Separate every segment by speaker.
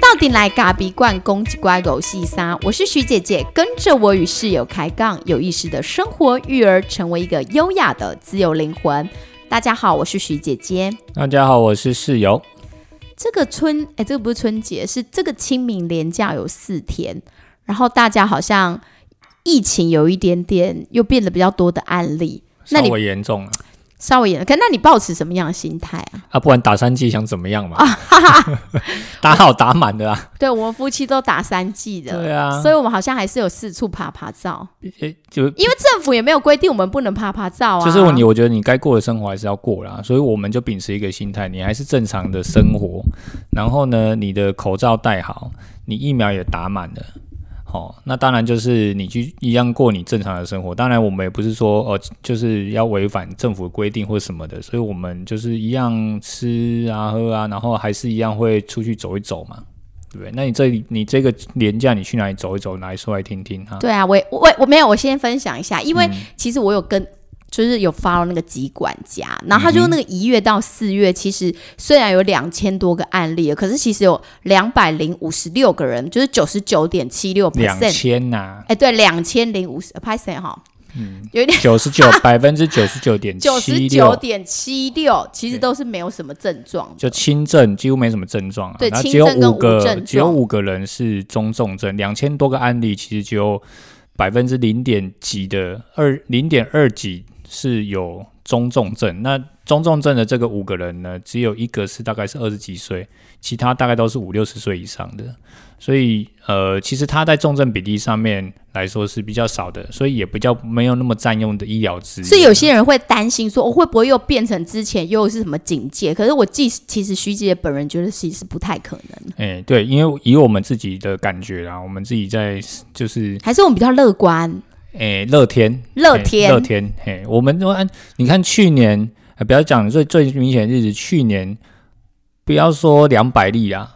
Speaker 1: 到底来嘎比罐公鸡乖狗细沙，我是徐姐姐，跟着我与室友开杠，有意识的生活育儿，成为一个优雅的自由灵魂。大家好，我是徐姐姐。
Speaker 2: 大家好，我是室友。
Speaker 1: 这个春，哎，这个不是春节，是这个清明连假有四天，然后大家好像疫情有一点点又变得比较多的案例，那
Speaker 2: 稍
Speaker 1: 你
Speaker 2: 微严重了
Speaker 1: 稍微严。可那你抱持什么样的心态啊？
Speaker 2: 啊，不然打三剂想怎么样嘛？ 打好打满 的啊。
Speaker 1: 对我们夫妻都打三剂的，
Speaker 2: 对啊
Speaker 1: 所以我们好像还是有四处爬爬照，
Speaker 2: 诶就
Speaker 1: 因为政府也没有规定我们不能爬爬照啊。
Speaker 2: 就是你，我觉得你该过的生活还是要过啦，所以我们就秉持一个心态，你还是正常的生活，然后呢，你的口罩戴好，你疫苗也打满了。好、那当然就是你去一样过你正常的生活。当然，我们也不是说哦、就是要违反政府规定或什么的，所以我们就是一样吃啊喝啊，然后还是一样会出去走一走嘛，对不对？那你这你这个廉价，你去哪里走一走，来说来听听哈。
Speaker 1: 对啊，我也我我没有，我先分享一下，因为
Speaker 2: 嗯
Speaker 1: 其实我有跟。就是有 follow 那个疾管家，然后他就那个一月到四月，其实虽然有两千多个案例了，可是其实有两百零五十六个人，就是九十九点七六
Speaker 2: 两
Speaker 1: percent，
Speaker 2: 千呐，
Speaker 1: 哎，对，两千零五十 percent 哈，
Speaker 2: 嗯
Speaker 1: 有一点
Speaker 2: 九 十九百分之九十九点
Speaker 1: 九十
Speaker 2: 七
Speaker 1: 九
Speaker 2: 六，
Speaker 1: 点七六，其实都是没有什么症状的，
Speaker 2: 就轻症几乎没什么症状啊。
Speaker 1: 对
Speaker 2: 然后
Speaker 1: 轻
Speaker 2: 只有
Speaker 1: 症跟
Speaker 2: 五
Speaker 1: 无症
Speaker 2: 个，
Speaker 1: 状
Speaker 2: 只有五个人是中重症，两千多个案例，其实只有百分之零点几的二零点二几是有中重症。那中重症的这个五个人呢，只有一个是大概是二十几岁，其他大概都是五六十岁以上的。所以，呃，其实他在重症比例上面来说是比较少的，所以也比较没有那么占用的医疗资源。
Speaker 1: 所以有些人会担心说，我、哦会不会又变成之前又是什么警戒？可是我记，其实徐姐本人觉得其实不太可能，
Speaker 2: 哎、对，因为以我们自己的感觉啦，我们自己在就是
Speaker 1: 还是我们比较乐观。
Speaker 2: 哎乐、天，
Speaker 1: 乐
Speaker 2: 哎
Speaker 1: 天
Speaker 2: 乐、天，嘿、我们都按你看去年，呃不要讲最最明显的日子，去年不要说两百例啊，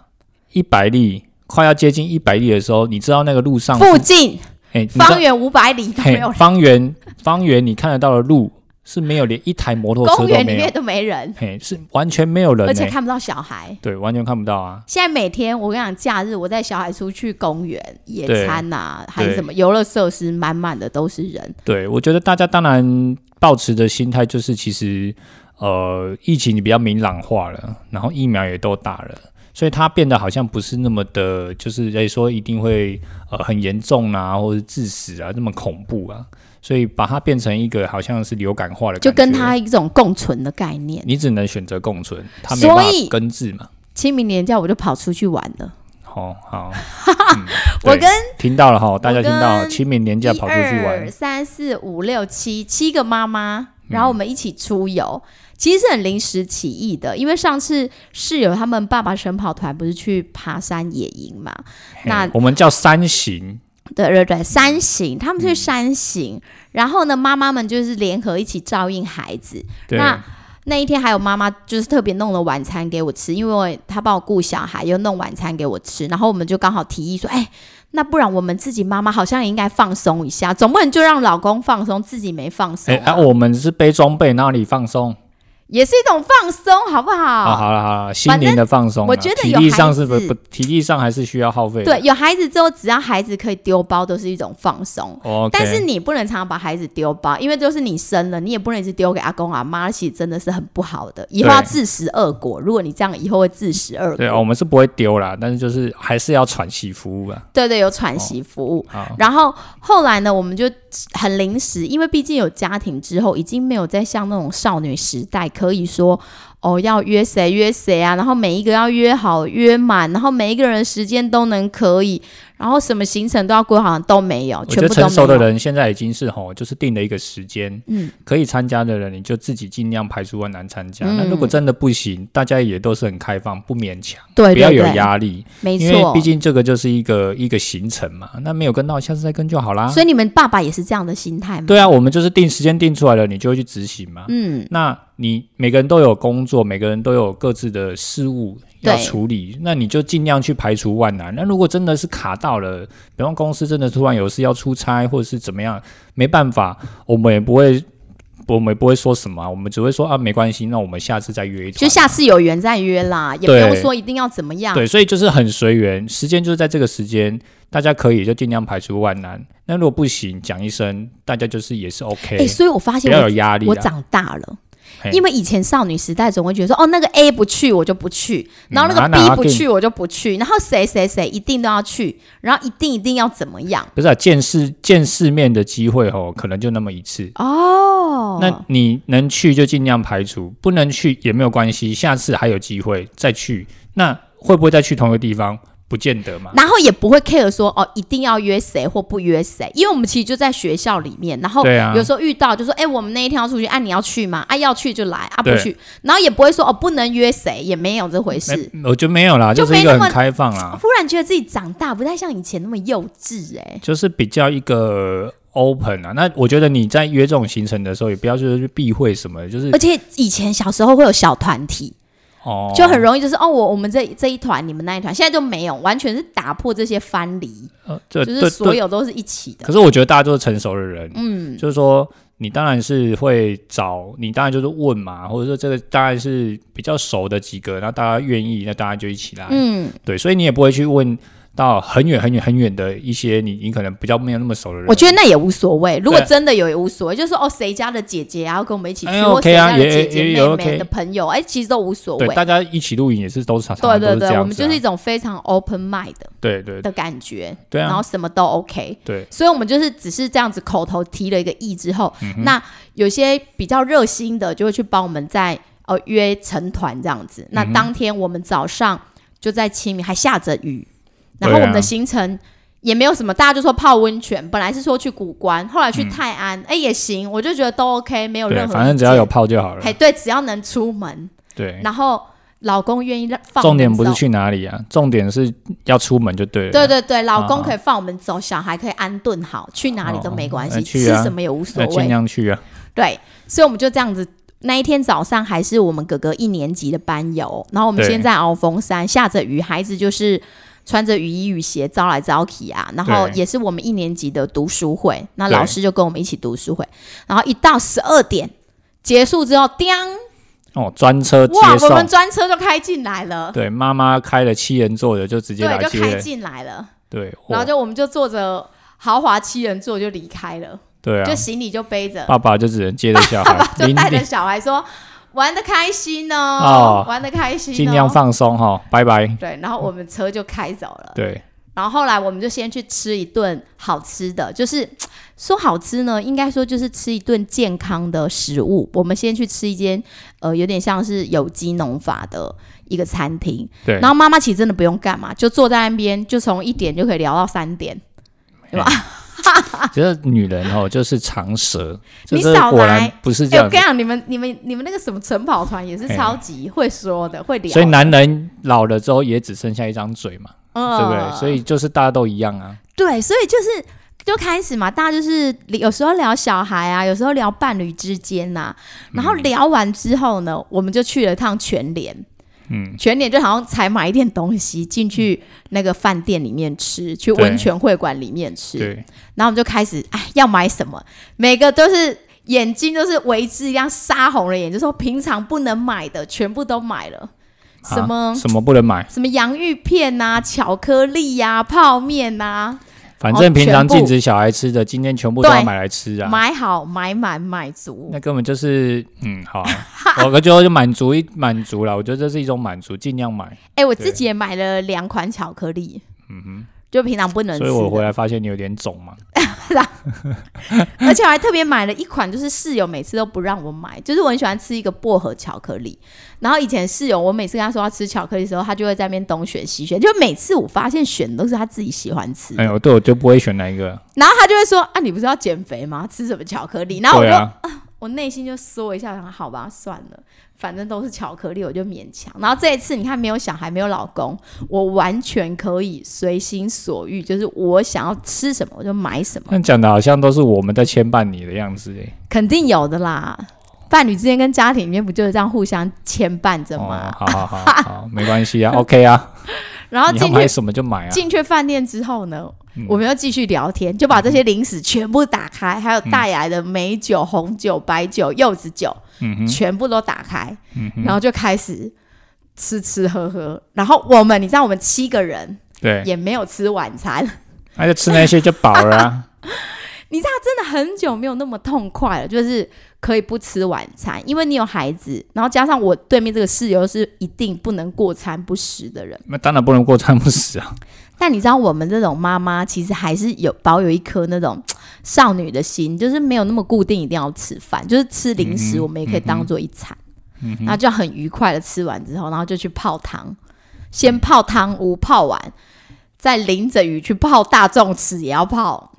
Speaker 2: 一百例，快要接近一百例的时候，你知道那个路上
Speaker 1: 附近
Speaker 2: 哎、你知道
Speaker 1: 方圆五百里都没
Speaker 2: 嘿
Speaker 1: 有人，
Speaker 2: 方圆方圆你看得到的路是没有连一台摩托车
Speaker 1: 公
Speaker 2: 都
Speaker 1: 园里
Speaker 2: 没有
Speaker 1: 面，都没人，
Speaker 2: 嘿、是完全没有人、
Speaker 1: 而
Speaker 2: 欸，
Speaker 1: 且看不到小孩。
Speaker 2: 对，完全看不到啊，
Speaker 1: 现在每天我跟你讲，假日我带小孩出去公园野
Speaker 2: 对
Speaker 1: 餐呐、还有
Speaker 2: 对
Speaker 1: 什么游乐设施，满满的都是人。
Speaker 2: 对，我觉得大家当然抱持的心态就是，其实呃，疫情比较明朗化了，然后疫苗也都打了。所以它变得好像不是那么的，就是诶说一定会呃很严重啊，或者致死啊，那么恐怖啊。所以把它变成一个好像是流感化的感觉，
Speaker 1: 就跟它一种共存的概念。
Speaker 2: 你只能选择共存，它没有办
Speaker 1: 所
Speaker 2: 法
Speaker 1: 以
Speaker 2: 根治嘛。
Speaker 1: 清明年假我就跑出去玩了，
Speaker 2: 好 好，嗯
Speaker 1: 我
Speaker 2: 对
Speaker 1: 跟
Speaker 2: 听到了哈，大家听到
Speaker 1: 跟
Speaker 2: 清明年假跑出去
Speaker 1: 一二
Speaker 2: 玩，
Speaker 1: 三四五六七七个妈妈，然后我们一起出游，其实是很临时起意的，因为上次室友他们爸爸晨跑团不是去爬山野营嘛，
Speaker 2: 嘿
Speaker 1: 那
Speaker 2: 我们叫三行，
Speaker 1: 对对对，山行，他们去山行，然后呢，妈妈们就是联合一起照应孩子。
Speaker 2: 对，
Speaker 1: 那那一天还有妈妈就是特别弄了晚餐给我吃，因为她帮我顾小孩，又弄晚餐给我吃，然后我们就刚好提议说，哎，那不然我们自己妈妈好像也应该放松一下，总不能就让老公放松，自己没放松
Speaker 2: 哎、
Speaker 1: 啊、
Speaker 2: 啊，我们是背装备，哪里放松？
Speaker 1: 也是一种放松，好不好？
Speaker 2: 啊，好了好了，心灵的放松啊。
Speaker 1: 我觉得
Speaker 2: 体
Speaker 1: 有
Speaker 2: 力
Speaker 1: 孩
Speaker 2: 上是不
Speaker 1: 子
Speaker 2: 不，体力上还是需要耗费。
Speaker 1: 对，，有孩子之后，只要孩子可以丢包，都是一种放松。
Speaker 2: o k
Speaker 1: 但是你不能常常把孩子丢包，因为就是你生了，你也不能一直丢给阿公阿妈，其实真的是很不好的，以后
Speaker 2: 对
Speaker 1: 要自食恶果。如果你这样，以后会自食恶
Speaker 2: 对、
Speaker 1: 果。
Speaker 2: 哦我们是不会丢啦，但是就是还是要喘息服务啊。
Speaker 1: 对对，有喘息服务。
Speaker 2: 好，
Speaker 1: 然后后来呢，我们就很临时，因为毕竟有家庭之后，已经没有再像那种少女时代，可以说哦要约谁约谁啊，然后每一个要约好约满，然后每一个人的时间都能可以，然后什么行程都要规划好，都没有，
Speaker 2: 我
Speaker 1: 全
Speaker 2: 觉得
Speaker 1: 部都
Speaker 2: 成
Speaker 1: 没有
Speaker 2: 熟的。人现在已经是吼，就是定了一个时间，
Speaker 1: 嗯，
Speaker 2: 可以参加的人，你就自己尽量排除万难参加。
Speaker 1: 嗯
Speaker 2: 那如果真的不行，大家也都是很开放，不勉强，
Speaker 1: 对
Speaker 2: 不要
Speaker 1: 对
Speaker 2: 有
Speaker 1: 对，
Speaker 2: 压力，
Speaker 1: 没
Speaker 2: 因为
Speaker 1: 错
Speaker 2: 毕。竟这个就是一个一个行程嘛。那没有跟到，下次再跟就好啦。
Speaker 1: 所以你们爸爸也是这样的心态吗？
Speaker 2: 对啊，我们就是定时间定出来了，你就会去执行嘛。
Speaker 1: 嗯，
Speaker 2: 那你每个人都有工作，每个人都有各自的事务要
Speaker 1: 对
Speaker 2: 处理，那你就尽量去排除万难。那如果真的是卡到了，比方公司真的突然有事要出差，或者是怎么样，没办法，我们也不会。我们也不会说什么啊、我们只会说啊，没关系，那我们下次再约一
Speaker 1: 就
Speaker 2: 团。
Speaker 1: 下次有缘再约啦，也不
Speaker 2: 对
Speaker 1: 用说一定要怎么样。
Speaker 2: 对，所以就是很随缘，时间就是在这个时间，大家可以就尽量排除万难。那如果不行，讲一声，大家就是也是 OK，、
Speaker 1: 哎、所以我发
Speaker 2: 不
Speaker 1: 现
Speaker 2: 要有
Speaker 1: 我
Speaker 2: 压力
Speaker 1: 我
Speaker 2: 啊。
Speaker 1: 长大了，
Speaker 2: 嘿
Speaker 1: 因为以前少女时代总会觉得说，哦，那个 A 不去我就不去，
Speaker 2: 嗯
Speaker 1: 然后那个
Speaker 2: 哪
Speaker 1: B
Speaker 2: 哪
Speaker 1: 不去我就不去，然后谁谁谁一定都要去，然后一定一定要怎么样？
Speaker 2: 不是啊，见世见世面的机会哦，可能就那么一次。
Speaker 1: 哦，
Speaker 2: 那你能去就尽量排除，不能去也没有关系，下次还有机会再去。那会不会再去同一个地方？不见得嘛。
Speaker 1: 然后也不会 care 说哦，一定要约谁或不约谁，因为我们其实就在学校里面，然后
Speaker 2: 对啊
Speaker 1: 有时候遇到就说，哎、我们那一天要出去，啊，你要去吗？啊，要去就来，啊，不
Speaker 2: 对
Speaker 1: 去，然后也不会说哦，不能约谁，也没有这回事。
Speaker 2: 没，我觉得没有啦，
Speaker 1: 就
Speaker 2: 就是一个
Speaker 1: 没那么
Speaker 2: 很开放啊啦，
Speaker 1: 忽然觉得自己长大，不太像以前那么幼稚、哎，
Speaker 2: 就是比较一个 open 啊。那我觉得你在约这种行程的时候，也不要就是去避讳什么，就是
Speaker 1: 而且以前小时候会有小团体，
Speaker 2: 哦，
Speaker 1: 就很容易就是哦，我我们这这一团，你们那一团，现在就没有，完全是打破这些藩篱，
Speaker 2: 呃，
Speaker 1: 就
Speaker 2: 对对
Speaker 1: 是所
Speaker 2: 对。
Speaker 1: 有都是一起的
Speaker 2: 可。是我觉得大家都是成熟的人，
Speaker 1: 嗯，
Speaker 2: 就是说，你当然是会找，你当然就是问嘛，或者说这个当然是比较熟的几个，然后大家愿意，那大家就一起来。
Speaker 1: 嗯，
Speaker 2: 对，所以你也不会去问到很远很远很远的一些你你可能比较没有那么熟的人。
Speaker 1: 我觉得那也无所谓，如果
Speaker 2: 对
Speaker 1: 真的有也无所谓，就是说哦，谁家的姐姐啊要跟我们一起去，
Speaker 2: 哎
Speaker 1: 或
Speaker 2: OK
Speaker 1: 谁
Speaker 2: 啊
Speaker 1: 家的
Speaker 2: 也
Speaker 1: 姐姐
Speaker 2: 也也
Speaker 1: 妹妹
Speaker 2: OK
Speaker 1: 的朋友，哎，其实都无所谓
Speaker 2: 对，。大家一起露营也是都是常常
Speaker 1: 对
Speaker 2: 常都
Speaker 1: 对
Speaker 2: 是这
Speaker 1: 对，我
Speaker 2: 样
Speaker 1: 们
Speaker 2: 子、
Speaker 1: 就
Speaker 2: 啊
Speaker 1: 是一。种非常 open mind 的
Speaker 2: 对对
Speaker 1: 的感觉，
Speaker 2: 对
Speaker 1: 然
Speaker 2: 啊
Speaker 1: 后，什么都 OK。
Speaker 2: 对
Speaker 1: 所以我们就是只是这样子口头提了一个意之后，
Speaker 2: 嗯
Speaker 1: 那有些比较热心的就会去帮我们在呃约成团这样子。
Speaker 2: 嗯
Speaker 1: 那当天我们早上就在清明还下着雨，然后
Speaker 2: 对啊
Speaker 1: 我们的行程。也没有什么，大家就说泡温泉，本来是说去古关，后来去泰安，哎、也行，我就觉得都 OK，没有任
Speaker 2: 嗯对，啊
Speaker 1: 何，
Speaker 2: 反正只要有，泡就好了
Speaker 1: 哎，。对，只要能出门，
Speaker 2: 对，
Speaker 1: 然后老公愿意让放，
Speaker 2: 重点不是，去哪里啊，重点是要出门就对了。
Speaker 1: 对对对，老公
Speaker 2: 啊
Speaker 1: 可以放我们走，小孩可以安顿好，去哪里都没关系，
Speaker 2: 哦那
Speaker 1: 吃
Speaker 2: 去啊
Speaker 1: 什么也无所
Speaker 2: 那
Speaker 1: 谓
Speaker 2: 尽，量去啊。
Speaker 1: 对，所以我们就这样子。那一天早上还是我们哥哥一年级的班游，然后我们
Speaker 2: 对
Speaker 1: 先在鳌峰山，下着雨，孩子就是穿着雨衣雨鞋招来招去啊。然后
Speaker 2: 对
Speaker 1: 也是我们一年级的读书会，那
Speaker 2: 对
Speaker 1: 老师就跟我们一起读书会，然后一到十二点结束之后，叮，
Speaker 2: 哦，专车接
Speaker 1: 哇，我
Speaker 2: 送
Speaker 1: 们。专车就开进来了，
Speaker 2: 对，妈妈开了七人座的，就直接
Speaker 1: 对，
Speaker 2: 来
Speaker 1: 就
Speaker 2: 接
Speaker 1: 开
Speaker 2: 人。
Speaker 1: 进来了，
Speaker 2: 对，
Speaker 1: 然后
Speaker 2: 哦
Speaker 1: 就我们就坐着豪华七人座就离开了，
Speaker 2: 对啊
Speaker 1: 就，行李就背着，
Speaker 2: 爸爸就只能接着小孩，
Speaker 1: 就
Speaker 2: 零
Speaker 1: 带着
Speaker 2: 零
Speaker 1: 小孩说玩的开心哦
Speaker 2: 哦，
Speaker 1: 玩的开心、哦，
Speaker 2: 尽量。放松哈，拜拜。
Speaker 1: 对，然后我们车就开走了。
Speaker 2: 对，
Speaker 1: 然后后来我们就先去吃一顿好吃的，就是说好吃呢，应该说就是吃一顿健康的食物。我们先去吃一间呃有点像是有机农法的一个餐厅。
Speaker 2: 对
Speaker 1: 然后妈妈其实真的不用干嘛，就坐在那边，就从一点就可以聊到三点。
Speaker 2: 其实女人哦，就是长舌，
Speaker 1: 你
Speaker 2: 就是
Speaker 1: 少
Speaker 2: 果
Speaker 1: 来
Speaker 2: 然不是这
Speaker 1: 哎，我
Speaker 2: 样子
Speaker 1: 跟你讲，你们你们你们那个什么晨跑团也是
Speaker 2: 哎
Speaker 1: 超级会说的，会聊的，
Speaker 2: 所以男人老了之后也只剩下一张嘴嘛，
Speaker 1: 嗯，
Speaker 2: 对不对？所以就是大家都一样啊。
Speaker 1: 对，所以就是就开始嘛，大家就是有时候聊小孩啊，有时候聊伴侣之间呐、啊
Speaker 2: 嗯
Speaker 1: 然后聊完之后呢，我们就去了趟全联。
Speaker 2: 嗯，
Speaker 1: 全联就好像才买一点东西进去那个饭店里面吃，去
Speaker 2: 对
Speaker 1: 温泉会馆里面吃，
Speaker 2: 对，
Speaker 1: 然后我们就开始哎要买什么，每个都是眼睛都是为之一样杀红了眼，就说平常不能买的全部都买了，
Speaker 2: 啊
Speaker 1: 什么
Speaker 2: 什么不能买，
Speaker 1: 什么洋芋片呐、巧克力呀、泡面呐、
Speaker 2: 反
Speaker 1: 哦
Speaker 2: 正平常
Speaker 1: 全部
Speaker 2: 禁止小孩吃的，今天全部都要
Speaker 1: 对
Speaker 2: 买来吃啊。
Speaker 1: 买好买满买足
Speaker 2: 那。根本就是，嗯，好、 啊，我觉得就满足一满足了。我觉得这是一种满足，尽量买。
Speaker 1: 哎、我
Speaker 2: 对
Speaker 1: 自己也买了两款巧克力，
Speaker 2: 嗯哼，
Speaker 1: 就平常不能吃
Speaker 2: 所以
Speaker 1: 的，
Speaker 2: 我回来发现你有点肿嘛。
Speaker 1: 而且我还特别买了一款，就是室友每次都不让我买，就是我很喜欢吃一个薄荷巧克力。然后以前室友，我每次跟他说要吃巧克力的时候，他就会在那边东选西选，就每次我发现选的都是他自己喜欢吃，
Speaker 2: 哎呦，对，我就不会选哪一个。
Speaker 1: 然后他就会说：“啊，你不是要减肥吗？吃什么巧克力？”然后我
Speaker 2: 对
Speaker 1: 就、
Speaker 2: 啊，
Speaker 1: 我内心就缩一下，想好吧，算了，反正都是巧克力，我就勉强。然后这一次，你看没有小孩，没有老公，我完全可以随心所欲，就是我想要吃什么我就买什么，
Speaker 2: 那讲的好像都是我们在牵绊你的样子哎。
Speaker 1: 肯定有的啦。伴侣之间跟家庭里面不就是这样互相牵绊着吗？
Speaker 2: 哦，好好 好好，没关系啊，OK 啊，
Speaker 1: 然后
Speaker 2: 你要
Speaker 1: 进
Speaker 2: 买
Speaker 1: 去
Speaker 2: 什么就买啊。嗯
Speaker 1: 进去饭店之后呢，我们要继续聊天，就把这些零食全部打开，还有带来的美酒、红酒、白酒、柚子酒，
Speaker 2: 嗯哼，
Speaker 1: 全部都打开，
Speaker 2: 嗯哼，
Speaker 1: 然后就开始吃吃喝喝。然后我们，你知道，我们七个人
Speaker 2: 对，
Speaker 1: 也没有吃晚餐，
Speaker 2: 那就吃那些就饱 了啊。
Speaker 1: 你知道，真的很久没有那么痛快了，就是可以不吃晚餐，因为你有孩子，然后加上我对面这个室友是一定不能过餐不食的人。
Speaker 2: 那当然不能过餐不食啊。
Speaker 1: 但你知道，我们这种妈妈其实还是有保有一颗那种少女的心，就是没有那么固定一定要吃饭，就是吃零
Speaker 2: 嗯
Speaker 1: 食
Speaker 2: 哼
Speaker 1: 我们也可以当做一餐，
Speaker 2: 嗯
Speaker 1: 然后就很愉快的吃完之后，然后就去泡汤，先泡汤屋泡完，再淋着雨去泡大众池也要泡，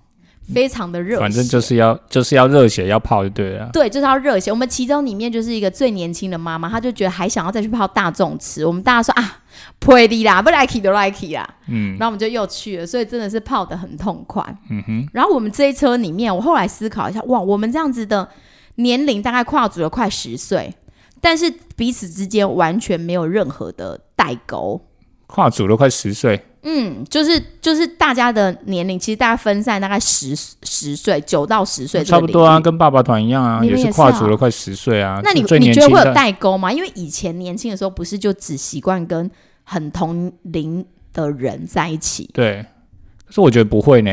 Speaker 1: 非常的热血，
Speaker 2: 反正就是要就是要热血要泡就对了啊。
Speaker 1: 对，就是要热血。我们其中里面就是一个最年轻的妈妈，她就觉得还想要再去泡大众池。我们大家说啊，不会的啦，不来去就来去啦。
Speaker 2: 嗯
Speaker 1: 然后我们就又去了，所以真的是泡得很痛快。
Speaker 2: 嗯哼，
Speaker 1: 然后我们这一车里面，我后来思考一下，哇，我们这样子的年龄大概跨足了快十岁，但是彼此之间完全没有任何的代沟。
Speaker 2: 跨组都快十岁，
Speaker 1: 嗯，就是就是大家的年龄，其实大家分散大概十十岁，九到十岁这个
Speaker 2: 差不多
Speaker 1: 领
Speaker 2: 啊，
Speaker 1: 域
Speaker 2: 跟爸爸团一样啊，
Speaker 1: 你们也
Speaker 2: 是
Speaker 1: 是
Speaker 2: 跨
Speaker 1: 啊
Speaker 2: 组都快十岁啊。
Speaker 1: 那你
Speaker 2: 最
Speaker 1: 你
Speaker 2: 年
Speaker 1: 觉得
Speaker 2: 轻
Speaker 1: 会有
Speaker 2: 的，
Speaker 1: 代沟吗？因为以前年轻的时候，不是就只习惯跟很同龄的人在一起？
Speaker 2: 对。可是我觉得不会呢，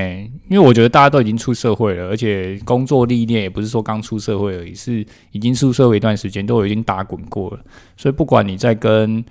Speaker 2: 因为我觉得大家都已经出社会了，而且工作历练也不是说刚出社会而已，是已经出社会一段时间，都已经打滚过了。所以不管你在跟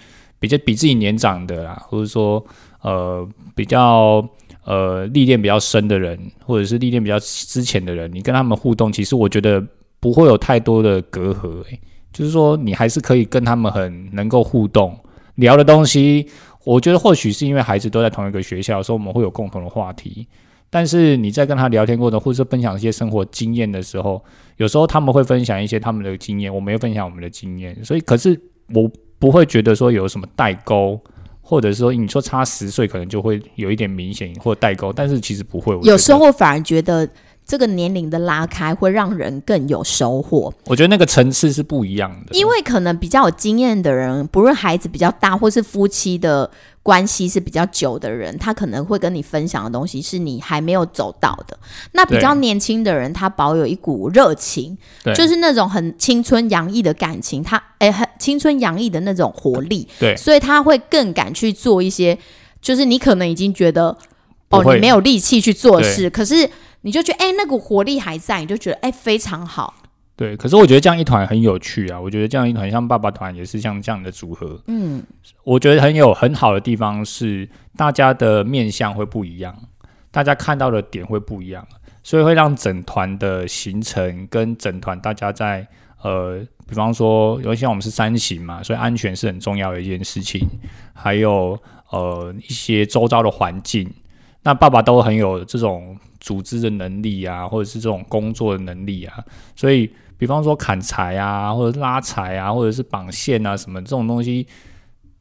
Speaker 2: 比较比自己年长的啦，或者说呃比较呃历练比较深的人，或者是历练比较之前的人，你跟他们互动，其实我觉得不会有太多的隔阂、欸，就是说你还是可以跟他们很能够互动，聊的东西，我觉得或许是因为孩子都在同一个学校，所以我们会有共同的话题。但是你在跟他聊天过程，或者是分享一些生活经验的时候，有时候他们会分享一些他们的经验，我们也分享我们的经验。所以，可是我不会觉得说有什么代沟，或者说你说差十岁可能就会有一点明显或代沟，但是其实不会。我觉
Speaker 1: 有
Speaker 2: 得
Speaker 1: 时候反而觉得这个年龄的拉开会让人更有收获，
Speaker 2: 我觉得那个层次是不一样的，
Speaker 1: 因为可能比较有经验的人，不论孩子比较大，或是夫妻的关系是比较久的人，他可能会跟你分享的东西是你还没有走到的。那比
Speaker 2: 对
Speaker 1: 较年轻的人，他保有一股热情，
Speaker 2: 对
Speaker 1: 就是那种很青春洋溢的感情，他哎，很青春洋溢的那种活力，
Speaker 2: 对
Speaker 1: 所以他会更敢去做一些，就是你可能已经觉得哦
Speaker 2: 不，会
Speaker 1: 你没有力气去做事，可是你就觉得哎、那股活力还在，你就觉得哎、非常好，
Speaker 2: 对，可是我觉得这样一团很有趣啊！我觉得这样一团像爸爸团也是像这样的组合，嗯，我觉得很有很好的地方是大家的面相会不一样，大家看到的点会不一样，所以会让整团的行程跟整团大家在呃，比方说，尤其像我们是三型嘛，所以安全是很重要的一件事情，还有呃一些周遭的环境，那爸爸都很有这种组织的能力啊，或者是这种工作的能力啊，所以，比方说砍柴啊，或者是拉柴啊，或者是绑线啊，什么这种东西，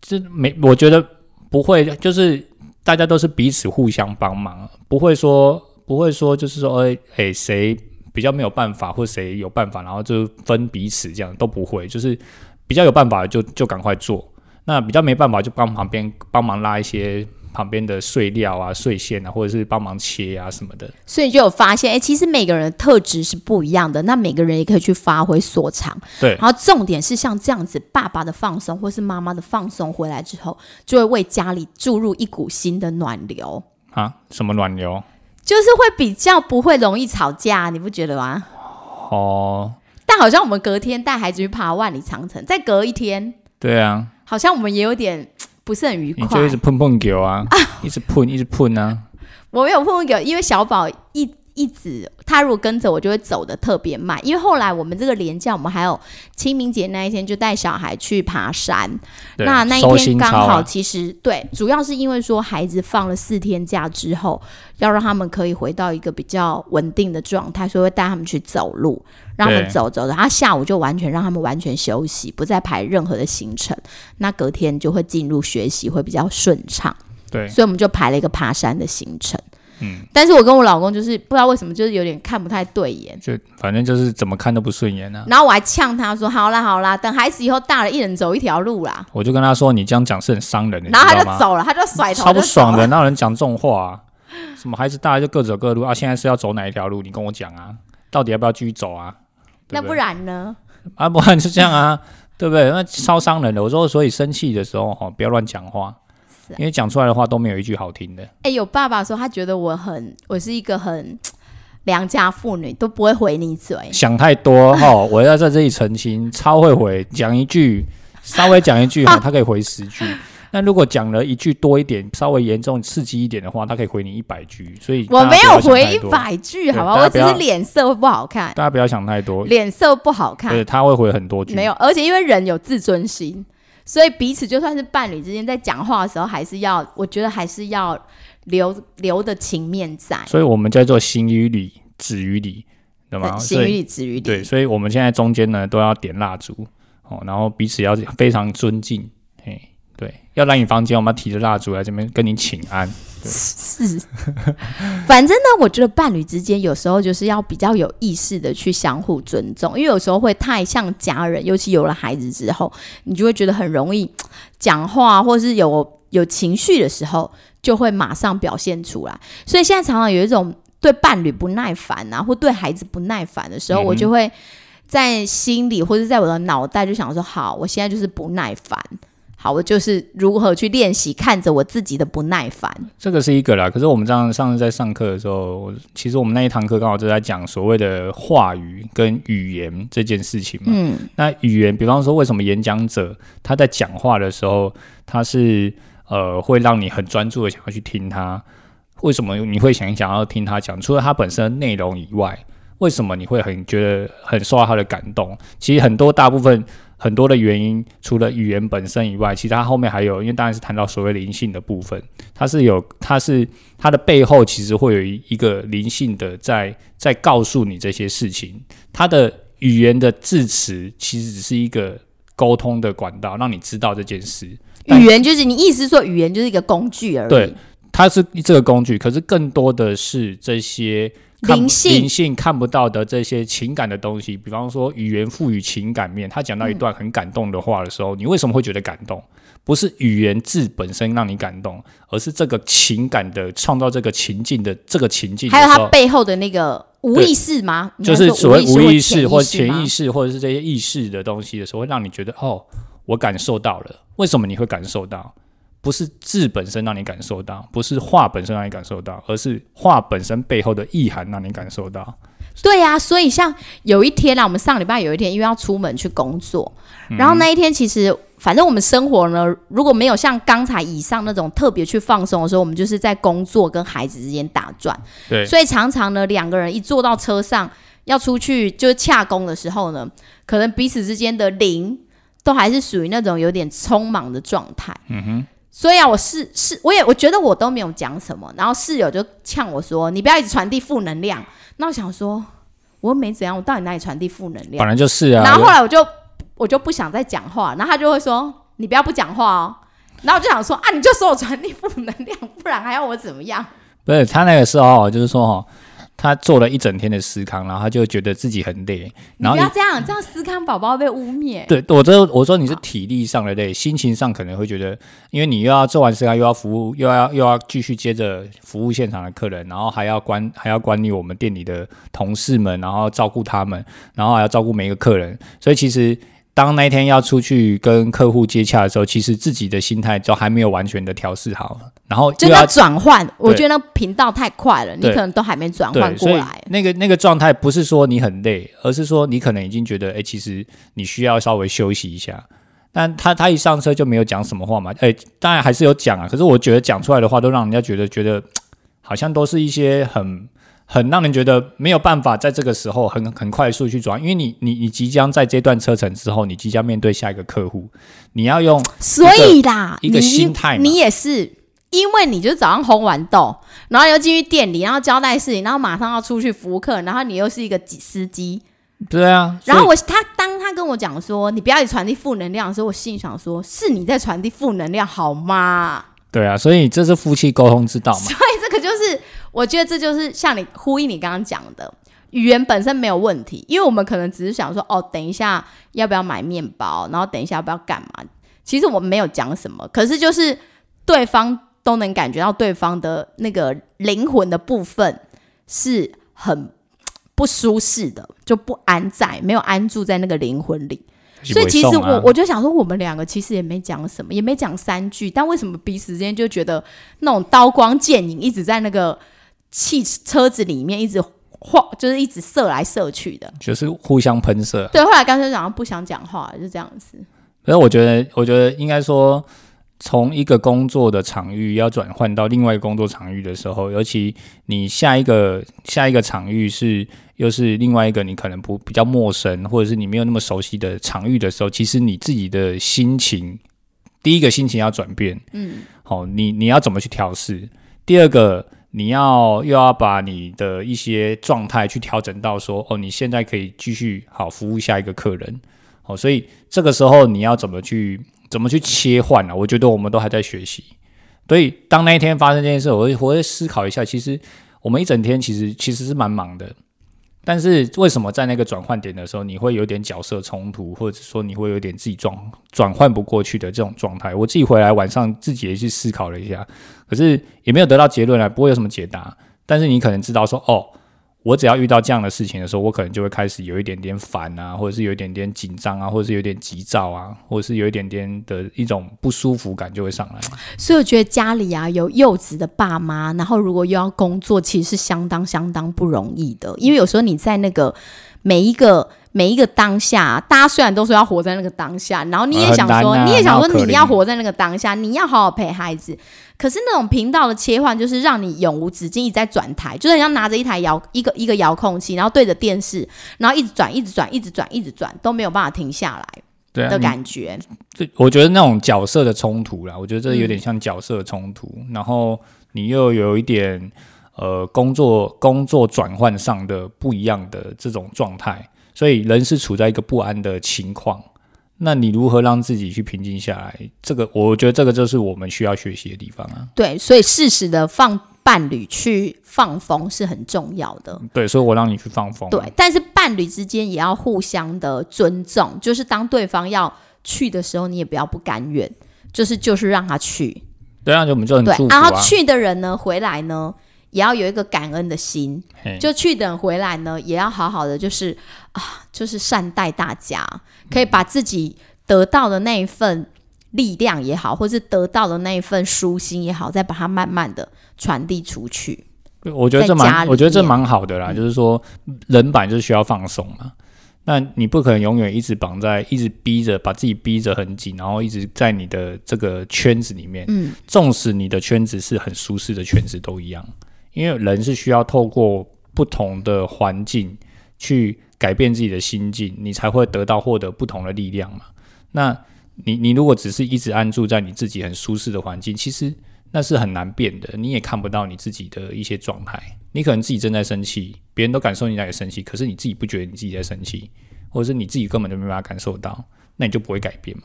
Speaker 2: 这没，我觉得不会，就是大家都是彼此互相帮忙，不会说不会说就是说，哎、哎、谁比较没有办法，或谁有办法，然后就分彼此这样都不会，就是比较有办法就就赶快做，那比较没办法就帮旁边帮忙拉一些。旁边的碎料啊、碎线啊，或者是帮忙切啊什么的，
Speaker 1: 所以就有发现哎、其实每个人的特质是不一样的，那每个人也可以去发挥所长。
Speaker 2: 对
Speaker 1: 然后重点是像这样子，爸爸的放松或是妈妈的放松回来之后，就会为家里注入一股新的暖流。
Speaker 2: 啊，什么暖流
Speaker 1: 就是会比较不会容易吵架，你不觉得吗？
Speaker 2: 哦，
Speaker 1: 但好像我们隔天带孩子去爬万里长城，再隔一天，
Speaker 2: 对啊，
Speaker 1: 好像我们也有点嘖不是很愉
Speaker 2: 你
Speaker 1: 快
Speaker 2: 就一。直碰碰球啊，一直碰，一直碰啊。
Speaker 1: 我没有碰过，因为小宝一一直他如果跟着我，就会走的特别慢。因为后来我们这个连假，我们还有清明节那一天就带小孩去爬山，
Speaker 2: 对
Speaker 1: 那那一
Speaker 2: 收
Speaker 1: 天
Speaker 2: 心
Speaker 1: 刚好
Speaker 2: 操啊，
Speaker 1: 其实对，主要是因为说孩子放了四天假之后，要让他们可以回到一个比较稳定的状态，所以会带他们去走路，让他们
Speaker 2: 对
Speaker 1: 走走走。他下午就完全让他们完全休息，不再排任何的行程，那隔天就会进入学习会比较顺畅。
Speaker 2: 对，
Speaker 1: 所以我们就排了一个爬山的行程。嗯，但是我跟我老公就是不知道为什么，就是有点看不太对眼。
Speaker 2: 就反正就是怎么看都不顺眼啊。
Speaker 1: 然后我还呛他说：“好啦好啦，等孩子以后大了，一人走一条路啦。
Speaker 2: 我就跟他说，你这样讲是很伤人”的，
Speaker 1: 然后
Speaker 2: 你
Speaker 1: 他
Speaker 2: 知道
Speaker 1: 就
Speaker 2: 吗？
Speaker 1: 走了，他就甩头，
Speaker 2: 超不
Speaker 1: 他就
Speaker 2: 爽
Speaker 1: 走
Speaker 2: 的，
Speaker 1: 了。
Speaker 2: 哪有人讲这种话啊？什么孩子大了就各走各路啊，现在是要走哪一条路？你跟我讲啊，到底要不要继续走啊？对
Speaker 1: 那
Speaker 2: 不
Speaker 1: 不
Speaker 2: 对
Speaker 1: 然呢？
Speaker 2: 啊， 不然就这样啊，对不对？那超伤人的。我说，所以生气的时候哈、哦，不要乱讲话，
Speaker 1: 是啊
Speaker 2: 因为讲出来的话都没有一句好听的。
Speaker 1: 哎、有爸爸说他觉得我很，我是一个很良家妇女，都不会回你嘴。
Speaker 2: 想 太多哈、哦，我要在这里澄清，超会回，讲一句，稍微讲一 句哈、他可以回十句。那如果讲了一句多一点，稍微严重刺激一点的话，他可以回你一百句。所以
Speaker 1: 我
Speaker 2: 大家
Speaker 1: 没
Speaker 2: 不
Speaker 1: 有
Speaker 2: 要想
Speaker 1: 回
Speaker 2: 太
Speaker 1: 一
Speaker 2: 多，
Speaker 1: 百句，
Speaker 2: 对
Speaker 1: 好吧，
Speaker 2: 大家
Speaker 1: 我
Speaker 2: 不
Speaker 1: 只是
Speaker 2: 要
Speaker 1: 脸色不好看，
Speaker 2: 大家不要想太多，
Speaker 1: 脸色不好看
Speaker 2: 对，，他会回很多句。
Speaker 1: 没有。而且因为人有自尊心，所以彼此就算是伴侣之间在讲话的时候，还是要，我觉得还是要留留的情面在，
Speaker 2: 所以我们叫做行于理，止于理，懂吗？
Speaker 1: 对
Speaker 2: 所
Speaker 1: 呃行于
Speaker 2: 以
Speaker 1: 理，止于
Speaker 2: 对，
Speaker 1: 理。
Speaker 2: 所以我们现在中间呢都要点蜡烛哦，然后彼此要非常尊敬，嘿，对，要来你房间，我们要提着蜡烛来这边跟你请安，
Speaker 1: 是， 反正呢，我觉得伴侣之间有时候就是要比较有意识的去相互尊重，因为有时候会太像家人，尤其有了孩子之后，你就会觉得很容易嗯讲话，或是有有情绪的时候，就会马上表现出来。所以现在常常有一种对伴侣不耐烦啊，或对孩子不耐烦的时候，
Speaker 2: 嗯哼
Speaker 1: 我就会在心里或者在我的脑袋就想说，好，我现在就是不耐烦。好，我就是如何去练习看着我自己的不耐烦。
Speaker 2: 这个是一个啦。可是我们这样上次在上课的时候，我其实我们那一堂课刚好就在讲所谓的话语跟语言这件事情嘛。
Speaker 1: 嗯，
Speaker 2: 那语言，比方说，为什么演讲者他在讲话的时候，他是呃会让你很专注的想要去听他？为什么你会想想要听他讲？除了他本身的内容以外，为什么你会很觉得很受到他的感动？其实很多大部分很多的原因，除了语言本身以外，其实他后面还有，因为当然是谈到所谓灵性的部分，它是有，它是它的背后其实会有一一个灵性的在在告诉你这些事情，它的语言的字词其实只是一个沟通的管道，让你知道这件事。但
Speaker 1: 语言就是你意思是说语言就是一个工具而已。
Speaker 2: 对，它是这个工具，可是更多的是这些看不
Speaker 1: 灵性
Speaker 2: 灵性看不到的这些情感的东西。比方说，语言赋予情感面，他讲到一段很感动的话的时候，
Speaker 1: 嗯
Speaker 2: 你为什么会觉得感动？不是语言字本身让你感动，而是这个情感的创造这个情境的这个情境的
Speaker 1: 还
Speaker 2: 时
Speaker 1: 有它
Speaker 2: 候。
Speaker 1: 背后的那个无意识吗？你
Speaker 2: 就
Speaker 1: 刚
Speaker 2: 是
Speaker 1: 才
Speaker 2: 所谓
Speaker 1: 说
Speaker 2: 无意
Speaker 1: 意
Speaker 2: 识
Speaker 1: 或
Speaker 2: 或潜意
Speaker 1: 识
Speaker 2: 识，或者是这些意识的东西的时候，会让你觉得哦，我感受到了。为什么你会感受到？不是字本身让你感受到，不是话本身让你感受到，而是话本身背后的意涵让你感受到。
Speaker 1: 吗。对呀、所以像有一天啊，我们上礼拜有一天因为要出门去工作，
Speaker 2: 嗯
Speaker 1: 然后那一天其实。反正我们生活呢，如果没有像刚才以上那种特别去放松的时候，我们就是在工作跟孩子之间打转。
Speaker 2: 对
Speaker 1: 所以常常呢，两个人一坐到车上要出去就是洽工的时候呢，可能彼此之间的零都还是属于那种有点匆忙的状态。嗯哼。所以啊，我是是，我也我觉得我都没有讲什么，然后室友就呛我说：“你不要一直传递负能量。”那我想说，我又没怎样，我到底哪里传递负能量
Speaker 2: 本？来就是啊。
Speaker 1: 然后后来我就我就不想再讲话，然后他就会说：“你不要不讲话哦。”然后我就想说：“啊，你就说我传递负能量，不然还要我怎么样？”
Speaker 2: 不是他那个时候哦，就是说哦，他做了一整天的思康，然后他就觉得自己很累，
Speaker 1: 你
Speaker 2: 然后
Speaker 1: 不
Speaker 2: 一
Speaker 1: 要这样，这样思康宝宝被污蔑。
Speaker 2: 对我这我说你是体力上的累，心情上可能会觉得，因为你又要做完事啊，又要服务，又要又要继续接着服务现场的客人，然后还要管还要管理我们店里的同事们，然后照顾他们，然后还要照顾每一个客人，所以其实。当那一天要出去跟客户接洽的时候，其实自己的心态都还没有完全的调试好，然后
Speaker 1: 就
Speaker 2: 又要
Speaker 1: 要转换，我觉得那频道太快了，你
Speaker 2: 对
Speaker 1: 可能都还没转换
Speaker 2: 对，所
Speaker 1: 过
Speaker 2: 以
Speaker 1: 来。
Speaker 2: 那个那个状态不是说你很累，而是说你可能已经觉得，哎、其实你需要稍微休息一下。但他他一上车就没有讲什么话嘛，哎、当然还是有讲啊，可是我觉得讲出来的话都让人家觉得觉得好像都是一些很很让人觉得没有办法在这个时候很很快速去转，因为你你你即将在这段车程之后，你即将面对下一个客户，你要用
Speaker 1: 所以啦，
Speaker 2: 一个
Speaker 1: 你
Speaker 2: 心态嘛
Speaker 1: 你也是，因为你就早上烘完豆，然后又进去店里，然后交代事情，然后马上要出去服务客人，然后你又是一个机司机。
Speaker 2: 对啊，
Speaker 1: 然后我他当他跟我讲说你不要一直传递负能量的时候，我心里想说是你在传递负能量好吗？
Speaker 2: 对啊，所以这是夫妻沟通之道嘛。
Speaker 1: 所以这个就是，我觉得这就是像你呼应你刚刚讲的，语言本身没有问题，因为我们可能只是想说，哦，等一下要不要买面包，然后等一下要不要干嘛，其实我们没有讲什么，可是就是对方都能感觉到对方的那个灵魂的部分是很不舒适的，就不安在，没有安住在那个灵魂里。所以其实
Speaker 2: 啊
Speaker 1: 我我就想说，我们两个其实也没讲什么，也没讲三句，但为什么彼此之间就觉得那种刀光剑影一直在那个汽车子里面一直晃，就是一直射来射去的。
Speaker 2: 就是互相喷射。啊
Speaker 1: 对，后来干脆讲不想讲话，就这样子。
Speaker 2: 可是我觉得，我觉得应该说，从一个工作的场域要转换到另外一个工作场域的时候，尤其你下一个下一个场域是又是另外一个你可能不比较陌生，或者是你没有那么熟悉的场域的时候，其实你自己的心情，第一个心情要转变，
Speaker 1: 嗯，
Speaker 2: 好、你你要怎么去调试？第二个，你要又要把你的一些状态去调整到说，哦，你现在可以继续好服务下一个客人，好、所以这个时候你要怎么去怎么去切换呢、啊？我觉得我们都还在学习，所以当那一天发生这件事，我会我会思考一下，其实我们一整天其实其实是蛮忙的。但是为什么在那个转换点的时候，你会有点角色冲突，或者说你会有点自己转转换不过去的这种状态？我自己回来晚上自己也去思考了一下，可是也没有得到结论啊，不会有什么解答。但是你可能知道说，哦，我只要遇到这样的事情的时候，我可能就会开始有一点点烦啊，或者是有一点点紧张啊，或者是有点急躁啊，或者是有一点点的一种不舒服感就会上来。
Speaker 1: 所以我觉得家里啊有幼稚的爸妈，然后如果又要工作，其实是相当相当不容易的。因为有时候你在那个每一个每一个当下，大家虽然都说要活在那个当下，然后你也
Speaker 2: 很
Speaker 1: 想说，
Speaker 2: 难啊
Speaker 1: 你也想
Speaker 2: 哪有
Speaker 1: 说
Speaker 2: 可能
Speaker 1: 你要活在那个当下，你要好好陪孩子。可是那种频道的切换，就是让你永无止境一直在转台，就是你要拿着一台遥一个一个遥控器，然后对着电视，然后一直转，一直转，一直转，一直转，都没有办法停下来
Speaker 2: 对啊，
Speaker 1: 的
Speaker 2: 你
Speaker 1: 感觉。
Speaker 2: 对，我觉得那种角色的冲突啦，我觉得这有点像角色冲突，然后你又有一点呃工作工作转换上的不一样的这种状态，所以人是处在一个不安的情况。那你如何让自己去平静下来？这个我觉得这个就是我们需要学习的地方啊。
Speaker 1: 对，所以适时的放伴侣去放风是很重要的。
Speaker 2: 对，所以我让你去放风。啊
Speaker 1: 对，但是伴侣之间也要互相的尊重，就是当对方要去的时候，你也不要不甘愿，就是就是让他去。
Speaker 2: 对啊，就我们就很
Speaker 1: 对
Speaker 2: 祝，福
Speaker 1: 然
Speaker 2: 啊。
Speaker 1: 后去的人呢，回来呢，也要有一个感恩的心，
Speaker 2: 嘿
Speaker 1: 就去等回来呢，也要好好的，就是啊，就是善待大家，可以把自己得到的那一份力量也好，或是得到的那一份舒心也好，再把它慢慢的传递出去。
Speaker 2: 对我觉得
Speaker 1: 在
Speaker 2: 这
Speaker 1: 家
Speaker 2: 蛮，
Speaker 1: 里
Speaker 2: 我觉得这
Speaker 1: 面嗯
Speaker 2: 蛮好的啦，就是说人版就是需要放松嘛。那你不可能永远一直绑在，一直逼着把自己逼着很紧，然后一直在你的这个圈子里面。
Speaker 1: 嗯，
Speaker 2: 纵使你的圈子是很舒适的圈子都一样，因为人是需要透过不同的环境去改变自己的心境，你才会得到获得不同的力量嘛。那你你如果只是一直安住在你自己很舒适的环境，其实那是很难变的，你也看不到你自己的一些状态。你可能自己正在生气，别人都感受你在生气，可是你自己不觉得你自己在生气，或者是你自己根本就没办法感受到，那你就不会改变嘛。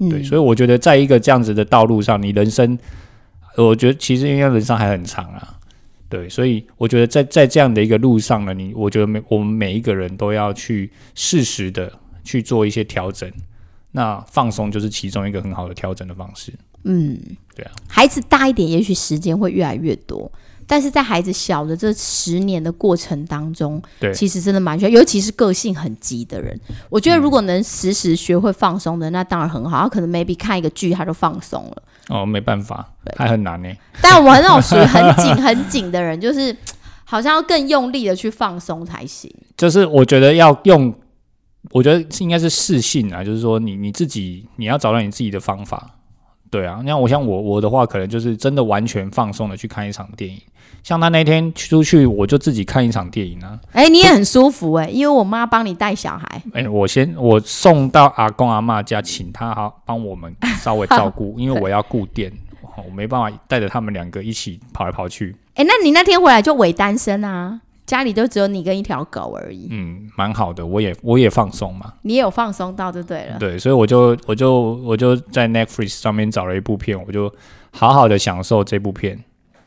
Speaker 1: 嗯
Speaker 2: 对，所以我觉得在一个这样子的道路上，你人生，我觉得其实因为人生还很长啊，对，所以我觉得在在这样的一个路上呢，你我觉得每我们每一个人都要去适时的去做一些调整，那放松就是其中一个很好的调整的方式。
Speaker 1: 嗯，
Speaker 2: 对啊，
Speaker 1: 孩子大一点，也许时间会越来越多，但是在孩子小的这十年的过程当中，
Speaker 2: 对
Speaker 1: 其实真的蛮需要，尤其是个性很急的人，我
Speaker 2: 嗯
Speaker 1: 觉得如果能时时学会放松的，那当然很好。他可能 maybe 看一个剧他就放松了，
Speaker 2: 哦，没办法
Speaker 1: 对，
Speaker 2: 还很难欸呢、
Speaker 1: 但我们那种属于很紧很紧的人， 就是好像要更用力的去放松才行。
Speaker 2: 就是我觉得要用，我觉得应该是适性啊，就是说你你自己你要找到你自己的方法。对啊，那我像我我的话，可能就是真的完全放松的去看一场电影。像他那天出去，我就自己看一场电影啊。
Speaker 1: 哎、你也很舒服哎、因为我妈帮你带小孩，
Speaker 2: 哎，我先我送到阿公阿嬷家，请他好帮我们稍微照顾，因为我要顾店，哦我没办法带着他们两个一起跑来跑去。
Speaker 1: 哎、那你那天回来就伪单身啊，家里就只有你跟一条狗而已，
Speaker 2: 嗯，蛮好的，我也我也放松嘛。
Speaker 1: 你也有放松到就对了。
Speaker 2: 对，所以我就我就我就在 Netflix 上面找了一部片，我就好好的享受这部片。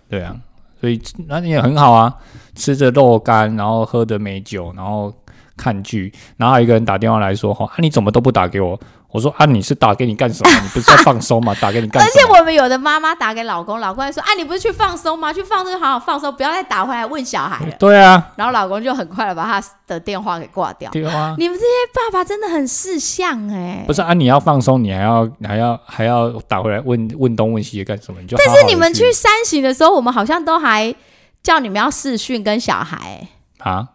Speaker 2: 对啊，所以那也很好啊，吃着肉干，然后喝着美酒，然后看剧，然后还有一个人打电话来说哈、啊，你怎么都不打给我？我说啊，你是打给你干什么？你不是在放松吗？ 打给你干
Speaker 1: 而
Speaker 2: 什
Speaker 1: 且
Speaker 2: 么？
Speaker 1: 我们有的妈妈打给老公，老公还说：“啊，你不是去放松吗？去放松，好好放松，不要再打回来问小孩了。
Speaker 2: 对啊，”
Speaker 1: 然后老公就很快的把他的电话给挂掉。
Speaker 2: 对啊。
Speaker 1: 你们这些爸爸真的很识相哎、
Speaker 2: 不是啊，你要放松，你还要还要还要打回来问问东问西的干什么？你就好好
Speaker 1: 但
Speaker 2: 地
Speaker 1: 是你们去山行的时候，我们好像都还叫你们要视讯跟小孩欸、
Speaker 2: 啊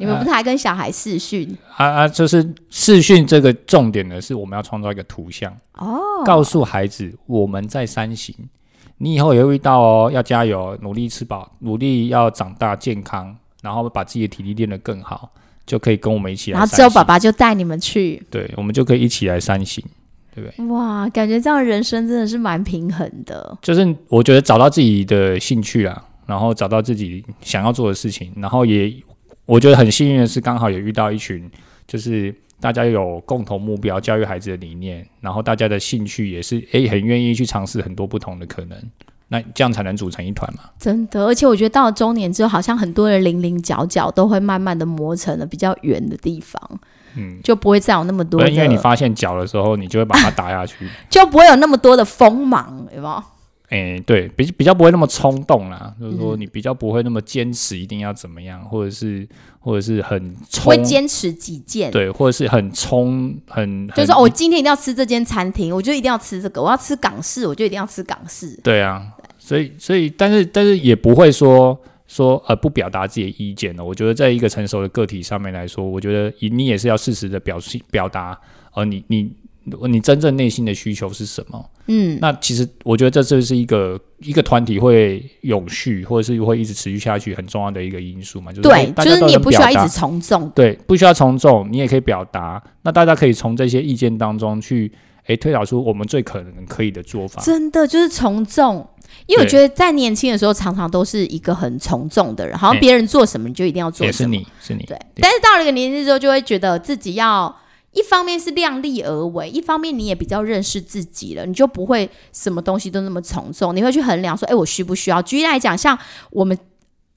Speaker 1: 你们不是还跟小孩视讯、
Speaker 2: 啊啊！就是视讯这个重点呢，是我们要创造一个图像，
Speaker 1: 哦？
Speaker 2: 告诉孩子我们在山行，你以后也会遇到哦，要加油，努力吃饱，努力要长大健康，然后把自己的体力练得更好，就可以跟我们一起来
Speaker 1: 然后
Speaker 2: 山行。
Speaker 1: 之后爸爸就带你们去，
Speaker 2: 对，我们就可以一起来山行。
Speaker 1: 哇，感觉这样人生真的是蛮平衡的。
Speaker 2: 就是我觉得找到自己的兴趣啦，然后找到自己想要做的事情，然后也我觉得很幸运的是，刚好也遇到一群就是大家有共同目标，教育孩子的理念，然后大家的兴趣也是诶、很愿意去尝试很多不同的可能，那这样才能组成一团嘛。
Speaker 1: 真的，而且我觉得到了中年之后，好像很多人零零角角都会慢慢的磨成了比较圆的地方，
Speaker 2: 嗯，
Speaker 1: 就不会再有那么多
Speaker 2: 不
Speaker 1: 的，
Speaker 2: 是因为你发现脚的时候，你就会把它打 下去。
Speaker 1: 就不会有那么多的锋芒，有没
Speaker 2: 嗯
Speaker 1: 有？
Speaker 2: 诶、对，比比较不会那么冲动啦，就是说
Speaker 1: 嗯
Speaker 2: 你比较不会那么坚持一定要怎么样，或者是或者是很冲
Speaker 1: 会坚持己见，
Speaker 2: 对，或者是很冲，很
Speaker 1: 哎就是说哦
Speaker 2: 很
Speaker 1: 我今天一定要吃这间餐厅，我就一定要吃这个；我要吃港式，我就一定要吃港式。
Speaker 2: 对啊，所以所以但是但是也不会说说呃不表达自己的意见的。我觉得在一个成熟的个体上面来说，我觉得你也是要适时的表示表达，呃，你你你真正内心的需求是什么？
Speaker 1: 嗯，
Speaker 2: 那其实我觉得这就是一个一个团体会永续，或者是会一直持续下去很重要的一个因素嘛，就是
Speaker 1: 对，
Speaker 2: 大
Speaker 1: 就
Speaker 2: 家
Speaker 1: 是
Speaker 2: 都
Speaker 1: 你也
Speaker 2: 能
Speaker 1: 不需
Speaker 2: 表
Speaker 1: 要一
Speaker 2: 达啊
Speaker 1: 直从众。
Speaker 2: 对，不需要从众，你也可以表达。那大家可以从这些意见当中去，诶，推导出我们最可能可以的做法。
Speaker 1: 真的就是从众，因为我
Speaker 2: 对
Speaker 1: 觉得在年轻的时候，常常都是一个很从众的人，好像
Speaker 2: 哎
Speaker 1: 别人做什么你就一定要做
Speaker 2: 也
Speaker 1: 什
Speaker 2: 是
Speaker 1: 么。
Speaker 2: 你，是你，
Speaker 1: 对，但是到了一个年纪之后，就会觉得自己要一方面是量力而为，一方面你也比较认识自己了，你就不会什么东西都那么从众，你会去衡量说，哎，我需不需要？举例来讲，像我们。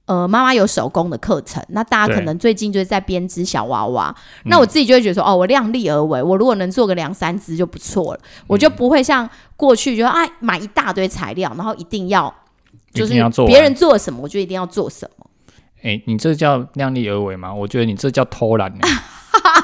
Speaker 1: 呃，妈妈有手工的课程，那大家可
Speaker 2: 对
Speaker 1: 能最近就是在编织小娃娃。
Speaker 2: 嗯
Speaker 1: 那我自己就会觉得说，哦，我量力而为，我如果能做个两三只就不错了，
Speaker 2: 嗯
Speaker 1: 我就不会像过去就啊买一大堆材料，然后一定要就
Speaker 2: 一
Speaker 1: 是
Speaker 2: 定要做
Speaker 1: 别
Speaker 2: 完
Speaker 1: 人做什么我就一定要做什么。
Speaker 2: 诶，你这叫量力而为吗？我觉得你 这叫偷懒、欸。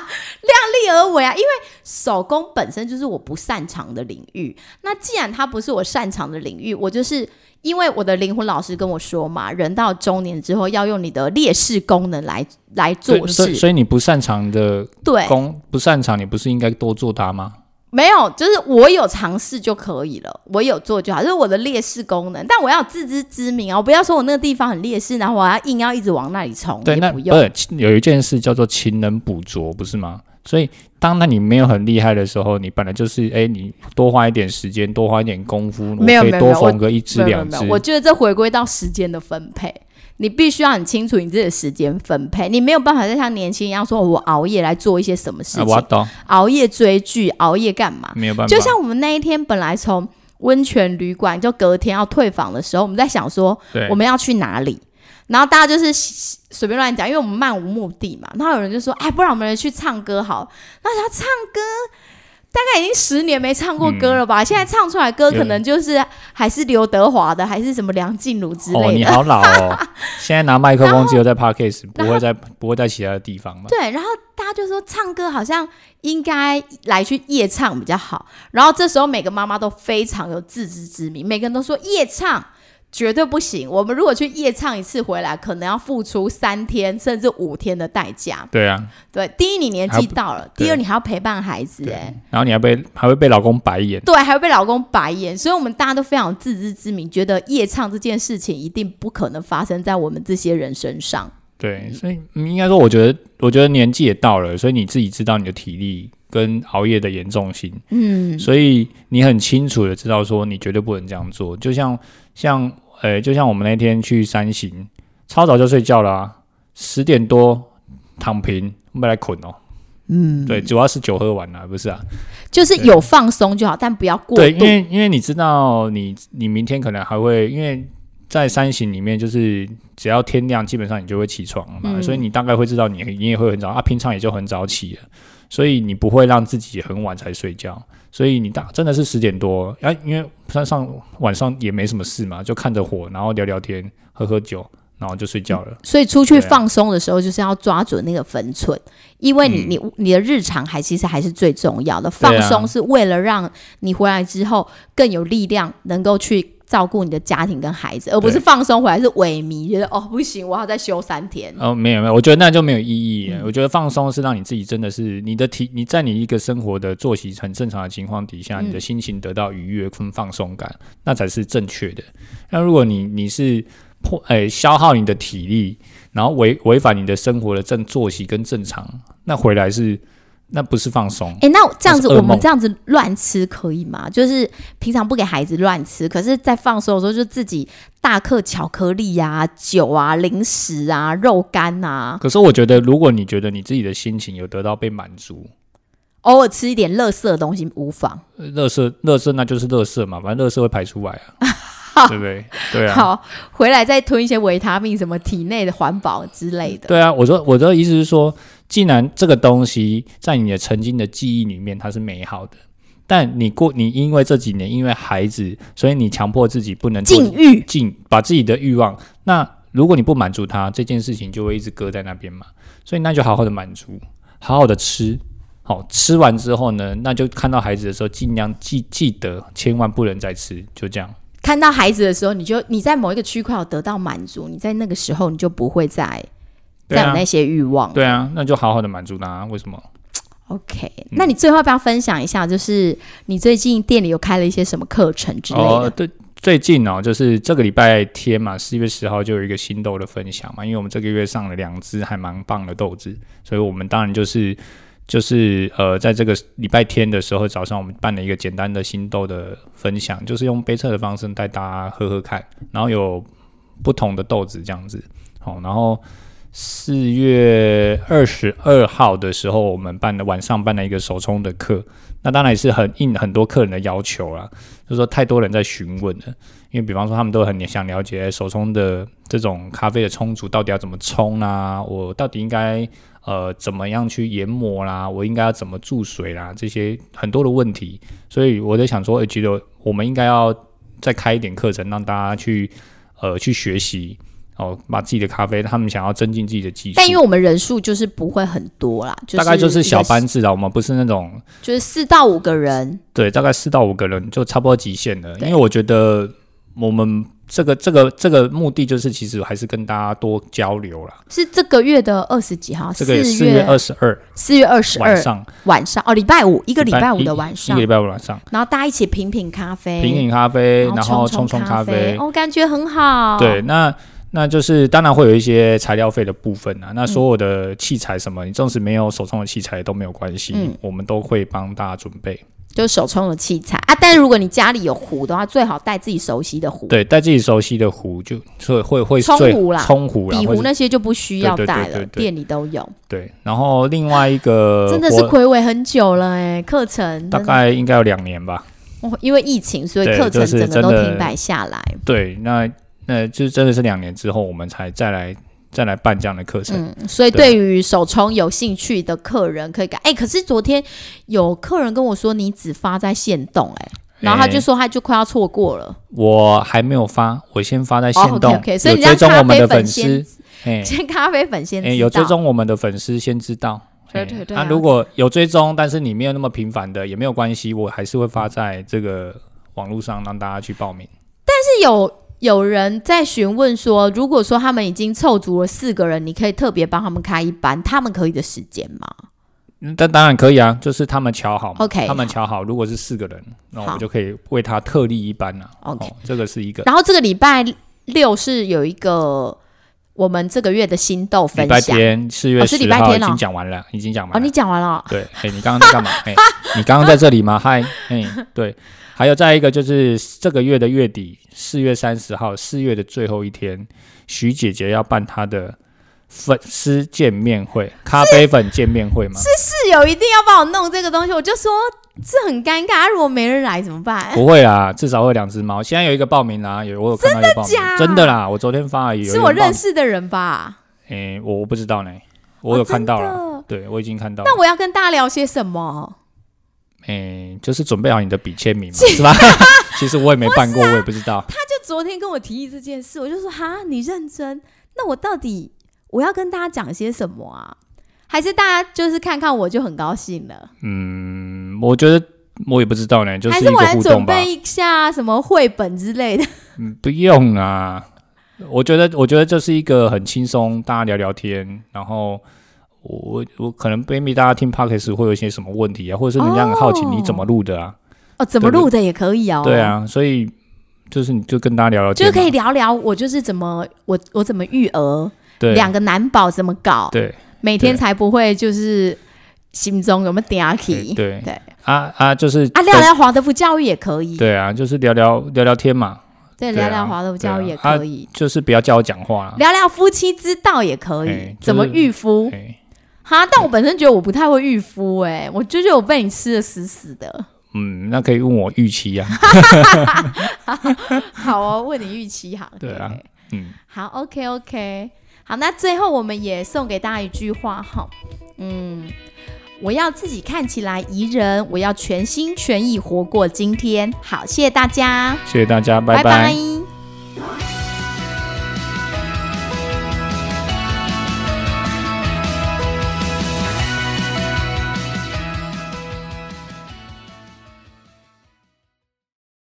Speaker 1: 力而为啊，因为手工本身就是我不擅长的领域。那既然它不是我擅长的领域，我就是因为我的灵魂老师跟我说嘛，人到中年之后要用你的劣势功能来来做
Speaker 2: 所以所以
Speaker 1: 事。
Speaker 2: 所以你不擅长的
Speaker 1: 对，
Speaker 2: 工，不擅长，你不是应该多做它吗？
Speaker 1: 没有，就是我有尝试就可以了，我有做就好，这是我的劣势功能。但我要有自知之明啊，我不要说我那个地方很劣势，然后我要硬要一直往那里冲，
Speaker 2: 对，
Speaker 1: 也
Speaker 2: 那
Speaker 1: 不用。
Speaker 2: 是有一件事叫做勤能补拙，不是吗？所以，当那你没有很厉害的时候，你本来就是，诶，你多花一点时间，多花一点功夫，我
Speaker 1: 没有
Speaker 2: 可以
Speaker 1: 没有没
Speaker 2: 多
Speaker 1: 有我
Speaker 2: 缝个一只
Speaker 1: 没有
Speaker 2: 两
Speaker 1: 没
Speaker 2: 只啊
Speaker 1: 有，。我觉得这回归到时间的分配，你必须要很清楚你自己的时间分配，你没有办法再像年轻一样说，我熬夜来做一些什么事
Speaker 2: 啊，
Speaker 1: 情，
Speaker 2: 我嗯懂，
Speaker 1: 熬夜追剧，熬夜干嘛？
Speaker 2: 没有办法。
Speaker 1: 就像我们那一天本来从温泉旅馆就隔天要退房的时候，我们在想说
Speaker 2: 对
Speaker 1: 我们要去哪里。然后大家就是随随便乱讲，因为我们漫无目的嘛。然后有人就说：“哎，不然我们去唱歌好了。”那他唱歌大概已经十年没唱过歌了吧？现在唱出来歌
Speaker 2: 嗯对
Speaker 1: 可能就是还是刘德华的，还是什么梁静茹之
Speaker 2: 哦，
Speaker 1: 类
Speaker 2: 你
Speaker 1: 的。
Speaker 2: 好老 哦！现在拿麦克风只有在 podcast，不会在不会在其他的地方嘛？
Speaker 1: 对，然后大家就说唱歌好像应该来去夜唱比较好。然后这时候每个妈妈都非常有自知之明，每个人都说夜唱绝对不行。我们如果去夜唱一次回来，可能要付出三天甚至五天的代价。
Speaker 2: 对啊，
Speaker 1: 对， 第一你年
Speaker 2: 还
Speaker 1: 纪
Speaker 2: 要
Speaker 1: 到了，第
Speaker 2: 对
Speaker 1: 二你还要陪伴孩子、
Speaker 2: 对
Speaker 1: 哎。
Speaker 2: 然后你还被还会被老公白眼，
Speaker 1: 对，还会被老公白眼，所以我们大家都非常有自知之明，觉得夜唱这件事情一定不可能发生在我们这些人身上。
Speaker 2: 对，所以、嗯应该说，我觉得我觉得年纪也到了，所以你自己知道你的体力跟熬夜的严重性，
Speaker 1: 嗯，
Speaker 2: 所以你很清楚的知道说你绝对不能这样做。就像像呃，就像我们那天去山行，超早就睡觉啦、十点多躺平，我们来捆哦。嗯，对，主要是酒喝完了，不是啊？
Speaker 1: 就是
Speaker 2: 对
Speaker 1: 有放松就好，但不要过
Speaker 2: 对，因
Speaker 1: 度。
Speaker 2: 为因为你知道你你明天可能还会，因为在山行里面，就是只要天亮，基本上你就会起床了嘛，
Speaker 1: 嗯
Speaker 2: 所以你大概会知道你你也会很早啊，平常也就很早起啊了，所以你不会让自己很晚才睡觉，所以你大真的是十点多，哎、因为山上晚上也没什么事嘛，就看着火，然后聊聊天，喝喝酒，然后就睡觉了。
Speaker 1: 所以出去
Speaker 2: 对啊
Speaker 1: 放松的时候，就是要抓准那个分寸，因为你、你你的日常还其实还是最重要的。放
Speaker 2: 嗯对啊
Speaker 1: 松是为了让你回来之后更有力量，能够去照顾你的家庭跟孩子，而不是
Speaker 2: 对
Speaker 1: 放松回来是萎靡，觉得哦不行，我要再休三天。
Speaker 2: 哦，没有没有，我觉得那就没有意义耶。我觉得放松是让你自己真的是你的体，你在你一个生活的作息很正常的情况底下，你的心情得到愉悦跟放松感，那才是正确的。那如果你你是破诶、消耗你的体力，然后违违反你的生活的正作息跟正常，那回来是那不是放松。
Speaker 1: 哎、那这样子我
Speaker 2: 那是噩
Speaker 1: 们
Speaker 2: 梦
Speaker 1: 这样子乱吃可以吗？就是平常不给孩子乱吃，可是在放松的时候就自己大克巧克力啊、酒啊、零食啊、肉干啊，
Speaker 2: 可是我觉得，如果你觉得你自己的心情有得到被满足，
Speaker 1: 偶尔吃一点垃圾的东西无妨。
Speaker 2: 乐色乐色那就是乐色嘛，反正乐色会排出来啊，对不对？对啊。
Speaker 1: 好，回来再吞一些维他命，什么体内的环保之类的。
Speaker 2: 对啊，我说我的意思是说，既然这个东西在你的曾经的记忆里面它是美好的，但你过你因为这几年因为孩子，所以你强迫自己不能做
Speaker 1: 禁欲，
Speaker 2: 禁把自己的欲望，那如果你不满足它，这件事情就会一直搁在那边嘛。所以那就好好的满足，好好的吃。好吃完之后呢，那就看到孩子的时候，尽量记记得，千万不能再吃，就这样。
Speaker 1: 看到孩子的时候，你就你在某一个区块有得到满足，你在那个时候你就不会再
Speaker 2: 对
Speaker 1: 再有
Speaker 2: 啊
Speaker 1: 那，些欲望。
Speaker 2: 对啊，那就好好的满足它。为什么？
Speaker 1: OK，那
Speaker 2: 嗯
Speaker 1: 你最后要不要分享一下，就是你最近店里有开了一些什么课程之类
Speaker 2: 哦，
Speaker 1: 的？
Speaker 2: 对，最近哦，就是这个礼拜天嘛，四月十号就有一个新豆的分享嘛，因为我们这个月上了两只还蛮棒的豆子，所以我们当然就是就是呃，在这个礼拜天的时候早上，我们办了一个简单的新豆的分享，就是用杯测的方式带大家喝喝看，然后有不同的豆子这样子，好、然后。四月二十二号的时候，我们办的晚上办了一个手冲的课，那当然也是很应很多客人的要求啦。就是说太多人在询问了，因为比方说他们都很想了解哎手冲的这种咖啡的冲煮到底要怎么冲啊，我到底应该呃怎么样去研磨啦，我应该要怎么注水啦，这些很多的问题，所以我在想说，哎、觉得我们应该要再开一点课程，让大家去呃去学习哦，把自己的咖啡，他们想要增进自己的技术
Speaker 1: 但。因为我们人数就是不会很多啦，就是
Speaker 2: 大概就是小
Speaker 1: 一
Speaker 2: 班
Speaker 1: 个，
Speaker 2: 制啦，我们不是那种
Speaker 1: 就是四到五个人。
Speaker 2: 对，大概四到五个人就差不多极限了。因
Speaker 1: 对
Speaker 2: 为我觉得我们这个这个这个目的就是，其实还是跟大家多交流啦。
Speaker 1: 是这个月的二十几号，
Speaker 2: 这
Speaker 1: 四
Speaker 2: 个四月
Speaker 1: 月
Speaker 2: 二十二
Speaker 1: 四月二十
Speaker 2: 晚
Speaker 1: 二
Speaker 2: 上，
Speaker 1: 晚上哦，礼拜五一个礼拜五
Speaker 2: 一
Speaker 1: 的晚
Speaker 2: 一
Speaker 1: 上
Speaker 2: 个礼，拜五晚上，
Speaker 1: 然后大家一起品品咖啡，
Speaker 2: 品饮咖啡，然后
Speaker 1: 冲
Speaker 2: 冲冲
Speaker 1: 咖
Speaker 2: 咖啡。
Speaker 1: 哦，感觉很好。
Speaker 2: 对，，那那就是当然会有一些材料费的部分
Speaker 1: 嗯
Speaker 2: 啊。那所有的器材什么，你纵使没有手冲的器材都没有关系，
Speaker 1: 嗯
Speaker 2: 我们都会帮大家准备。
Speaker 1: 就是手冲的器材啊。但如果你家里有壶的话，最好带自己熟悉的壶，
Speaker 2: 对，带自己熟悉的壶就会会会
Speaker 1: 冲
Speaker 2: 最
Speaker 1: 壶啦
Speaker 2: 冲壶啦，啊
Speaker 1: 底
Speaker 2: 或
Speaker 1: 壶
Speaker 2: 是
Speaker 1: 那些就不需要
Speaker 2: 对对
Speaker 1: 带
Speaker 2: 对对
Speaker 1: 了，
Speaker 2: 对对
Speaker 1: 店里都有。
Speaker 2: 对。然后另外一 个
Speaker 1: 真的是
Speaker 2: 活
Speaker 1: 暌违很久了哎、课程
Speaker 2: 大
Speaker 1: 真的
Speaker 2: 概应该有两年吧。
Speaker 1: 哦因为疫情，所以
Speaker 2: 对
Speaker 1: 课程
Speaker 2: 就是
Speaker 1: 整个都
Speaker 2: 真的
Speaker 1: 停摆下来。
Speaker 2: 对，那那就真的是两年之后，我们才再来再来办这样的课程。
Speaker 1: 嗯，所以对于手冲有兴趣的客人可以改。哎、可是昨天有客人跟我说你只发在线动哎、然后他就
Speaker 2: 诶
Speaker 1: 说他就快要错过了。
Speaker 2: 我还没有发，我先发在线
Speaker 1: 哦
Speaker 2: 动，
Speaker 1: ，OK，OK，所以
Speaker 2: 有
Speaker 1: 你
Speaker 2: 追
Speaker 1: 让
Speaker 2: 踪
Speaker 1: 咖
Speaker 2: 我们
Speaker 1: 啡
Speaker 2: 的
Speaker 1: 粉
Speaker 2: 粉
Speaker 1: 先
Speaker 2: 丝，哎
Speaker 1: 先咖啡粉先知道。
Speaker 2: 哎，有追踪我们的粉丝先知道。
Speaker 1: 对
Speaker 2: 哎
Speaker 1: 对对
Speaker 2: 那、
Speaker 1: 啊
Speaker 2: 如果有追踪，但是你没有那么频繁的，也没有关系，我还是会发在这个网络上让大家去报名。
Speaker 1: 是有有人在询问说，如果说他们已经凑足了四个人，你可以特别帮他们开一班，他们可以的时间吗？
Speaker 2: 嗯，但当然可以啊，就是他们瞧好嘛
Speaker 1: OK，
Speaker 2: 他们瞧好，如果是四个人，那我
Speaker 1: 好
Speaker 2: 们就可以为他特例一班啊。
Speaker 1: OK
Speaker 2: 哦，这个是一个。
Speaker 1: 然后这个礼拜六是有一个我们这个月的新豆
Speaker 2: 礼
Speaker 1: 分
Speaker 2: 拜
Speaker 1: 享。
Speaker 2: 天四月
Speaker 1: 哦是礼
Speaker 2: 十
Speaker 1: 拜
Speaker 2: 号
Speaker 1: 天
Speaker 2: 已
Speaker 1: 哦
Speaker 2: 经讲完了，已经讲
Speaker 1: 哦，
Speaker 2: 完了
Speaker 1: 你。讲完了。
Speaker 2: 对，哎，你刚刚 在干嘛？哎，你刚刚在这里吗？嗨，哎，对，还有再一个就是这个月的月底，四月三十号，四月的最后一天，徐姐姐要办她的粉丝见面会，咖啡粉见面会吗？
Speaker 1: 室友一定要帮我弄这个东西，我就说这很尴尬，啊如果没人来怎么办？
Speaker 2: 不会啦，至少会有两只猫。现在有一个报名啦，有我有看到一个报名，
Speaker 1: 假
Speaker 2: 真的啦，我昨天发而已。有一
Speaker 1: 是
Speaker 2: 个
Speaker 1: 我
Speaker 2: 人报
Speaker 1: 认识的人吧？
Speaker 2: 诶、我我不知道呢，我有看到了，
Speaker 1: 了。
Speaker 2: 对我已经看到了
Speaker 1: 那。我要跟大家聊些什么？
Speaker 2: 诶、就是准备好你的笔签名嘛，是吧？ 其实我也没办
Speaker 1: 啊
Speaker 2: 过，我也不知道。
Speaker 1: 就昨天跟我提议这件事，我就说哈，你认真？那我到底我要跟大家讲些什么啊？还是大家就是看看我就很高兴了？
Speaker 2: 嗯，我觉得我也不知道呢，就是
Speaker 1: 还
Speaker 2: 一
Speaker 1: 是
Speaker 2: 个
Speaker 1: 我来
Speaker 2: 互
Speaker 1: 准
Speaker 2: 动吧。
Speaker 1: 备一下什么绘本之类的？
Speaker 2: 嗯，不用啊，我觉得我觉得就是一个很轻松，大家聊聊天，然后。我我我可能 maybe 大家听 podcast 会有一些什么问题啊，或者是人家很好奇
Speaker 1: 哦
Speaker 2: 你怎么录的啊，
Speaker 1: 哦，怎么录的也可以哦。
Speaker 2: 对，啊，所以就是你就跟大家聊聊天
Speaker 1: 就
Speaker 2: 嘛，
Speaker 1: 可以聊聊我就是怎么我我怎么育儿，
Speaker 2: 对
Speaker 1: 两个男宝怎么搞，
Speaker 2: 对
Speaker 1: 每天
Speaker 2: 对
Speaker 1: 才不会就是心中有没有嗲
Speaker 2: 对
Speaker 1: 气？
Speaker 2: 对
Speaker 1: 嗯对
Speaker 2: 啊啊，就是
Speaker 1: 啊，聊聊华德福教育也可以，
Speaker 2: 对啊，就是聊聊聊聊天嘛，
Speaker 1: 对，
Speaker 2: 对啊啊
Speaker 1: 聊聊华德福教育也可以，
Speaker 2: 就是不要叫我讲话啊啦。
Speaker 1: 聊聊夫妻之道也可以，
Speaker 2: 哎就是
Speaker 1: 怎么育夫
Speaker 2: 哎
Speaker 1: 哈？但我本身觉得我不太会育夫、哎，我就觉得我被你吃的死死的。
Speaker 2: 嗯，那可以问我预期啊，
Speaker 1: 好哦，问你预期好。
Speaker 2: 对啊嗯，
Speaker 1: 好，OK OK，好，那最后我们也送给大家一句话哈，嗯，我要自己看起来宜人，我要全心全意活过今天。好，谢谢大家，
Speaker 2: 谢谢大家，拜
Speaker 1: 拜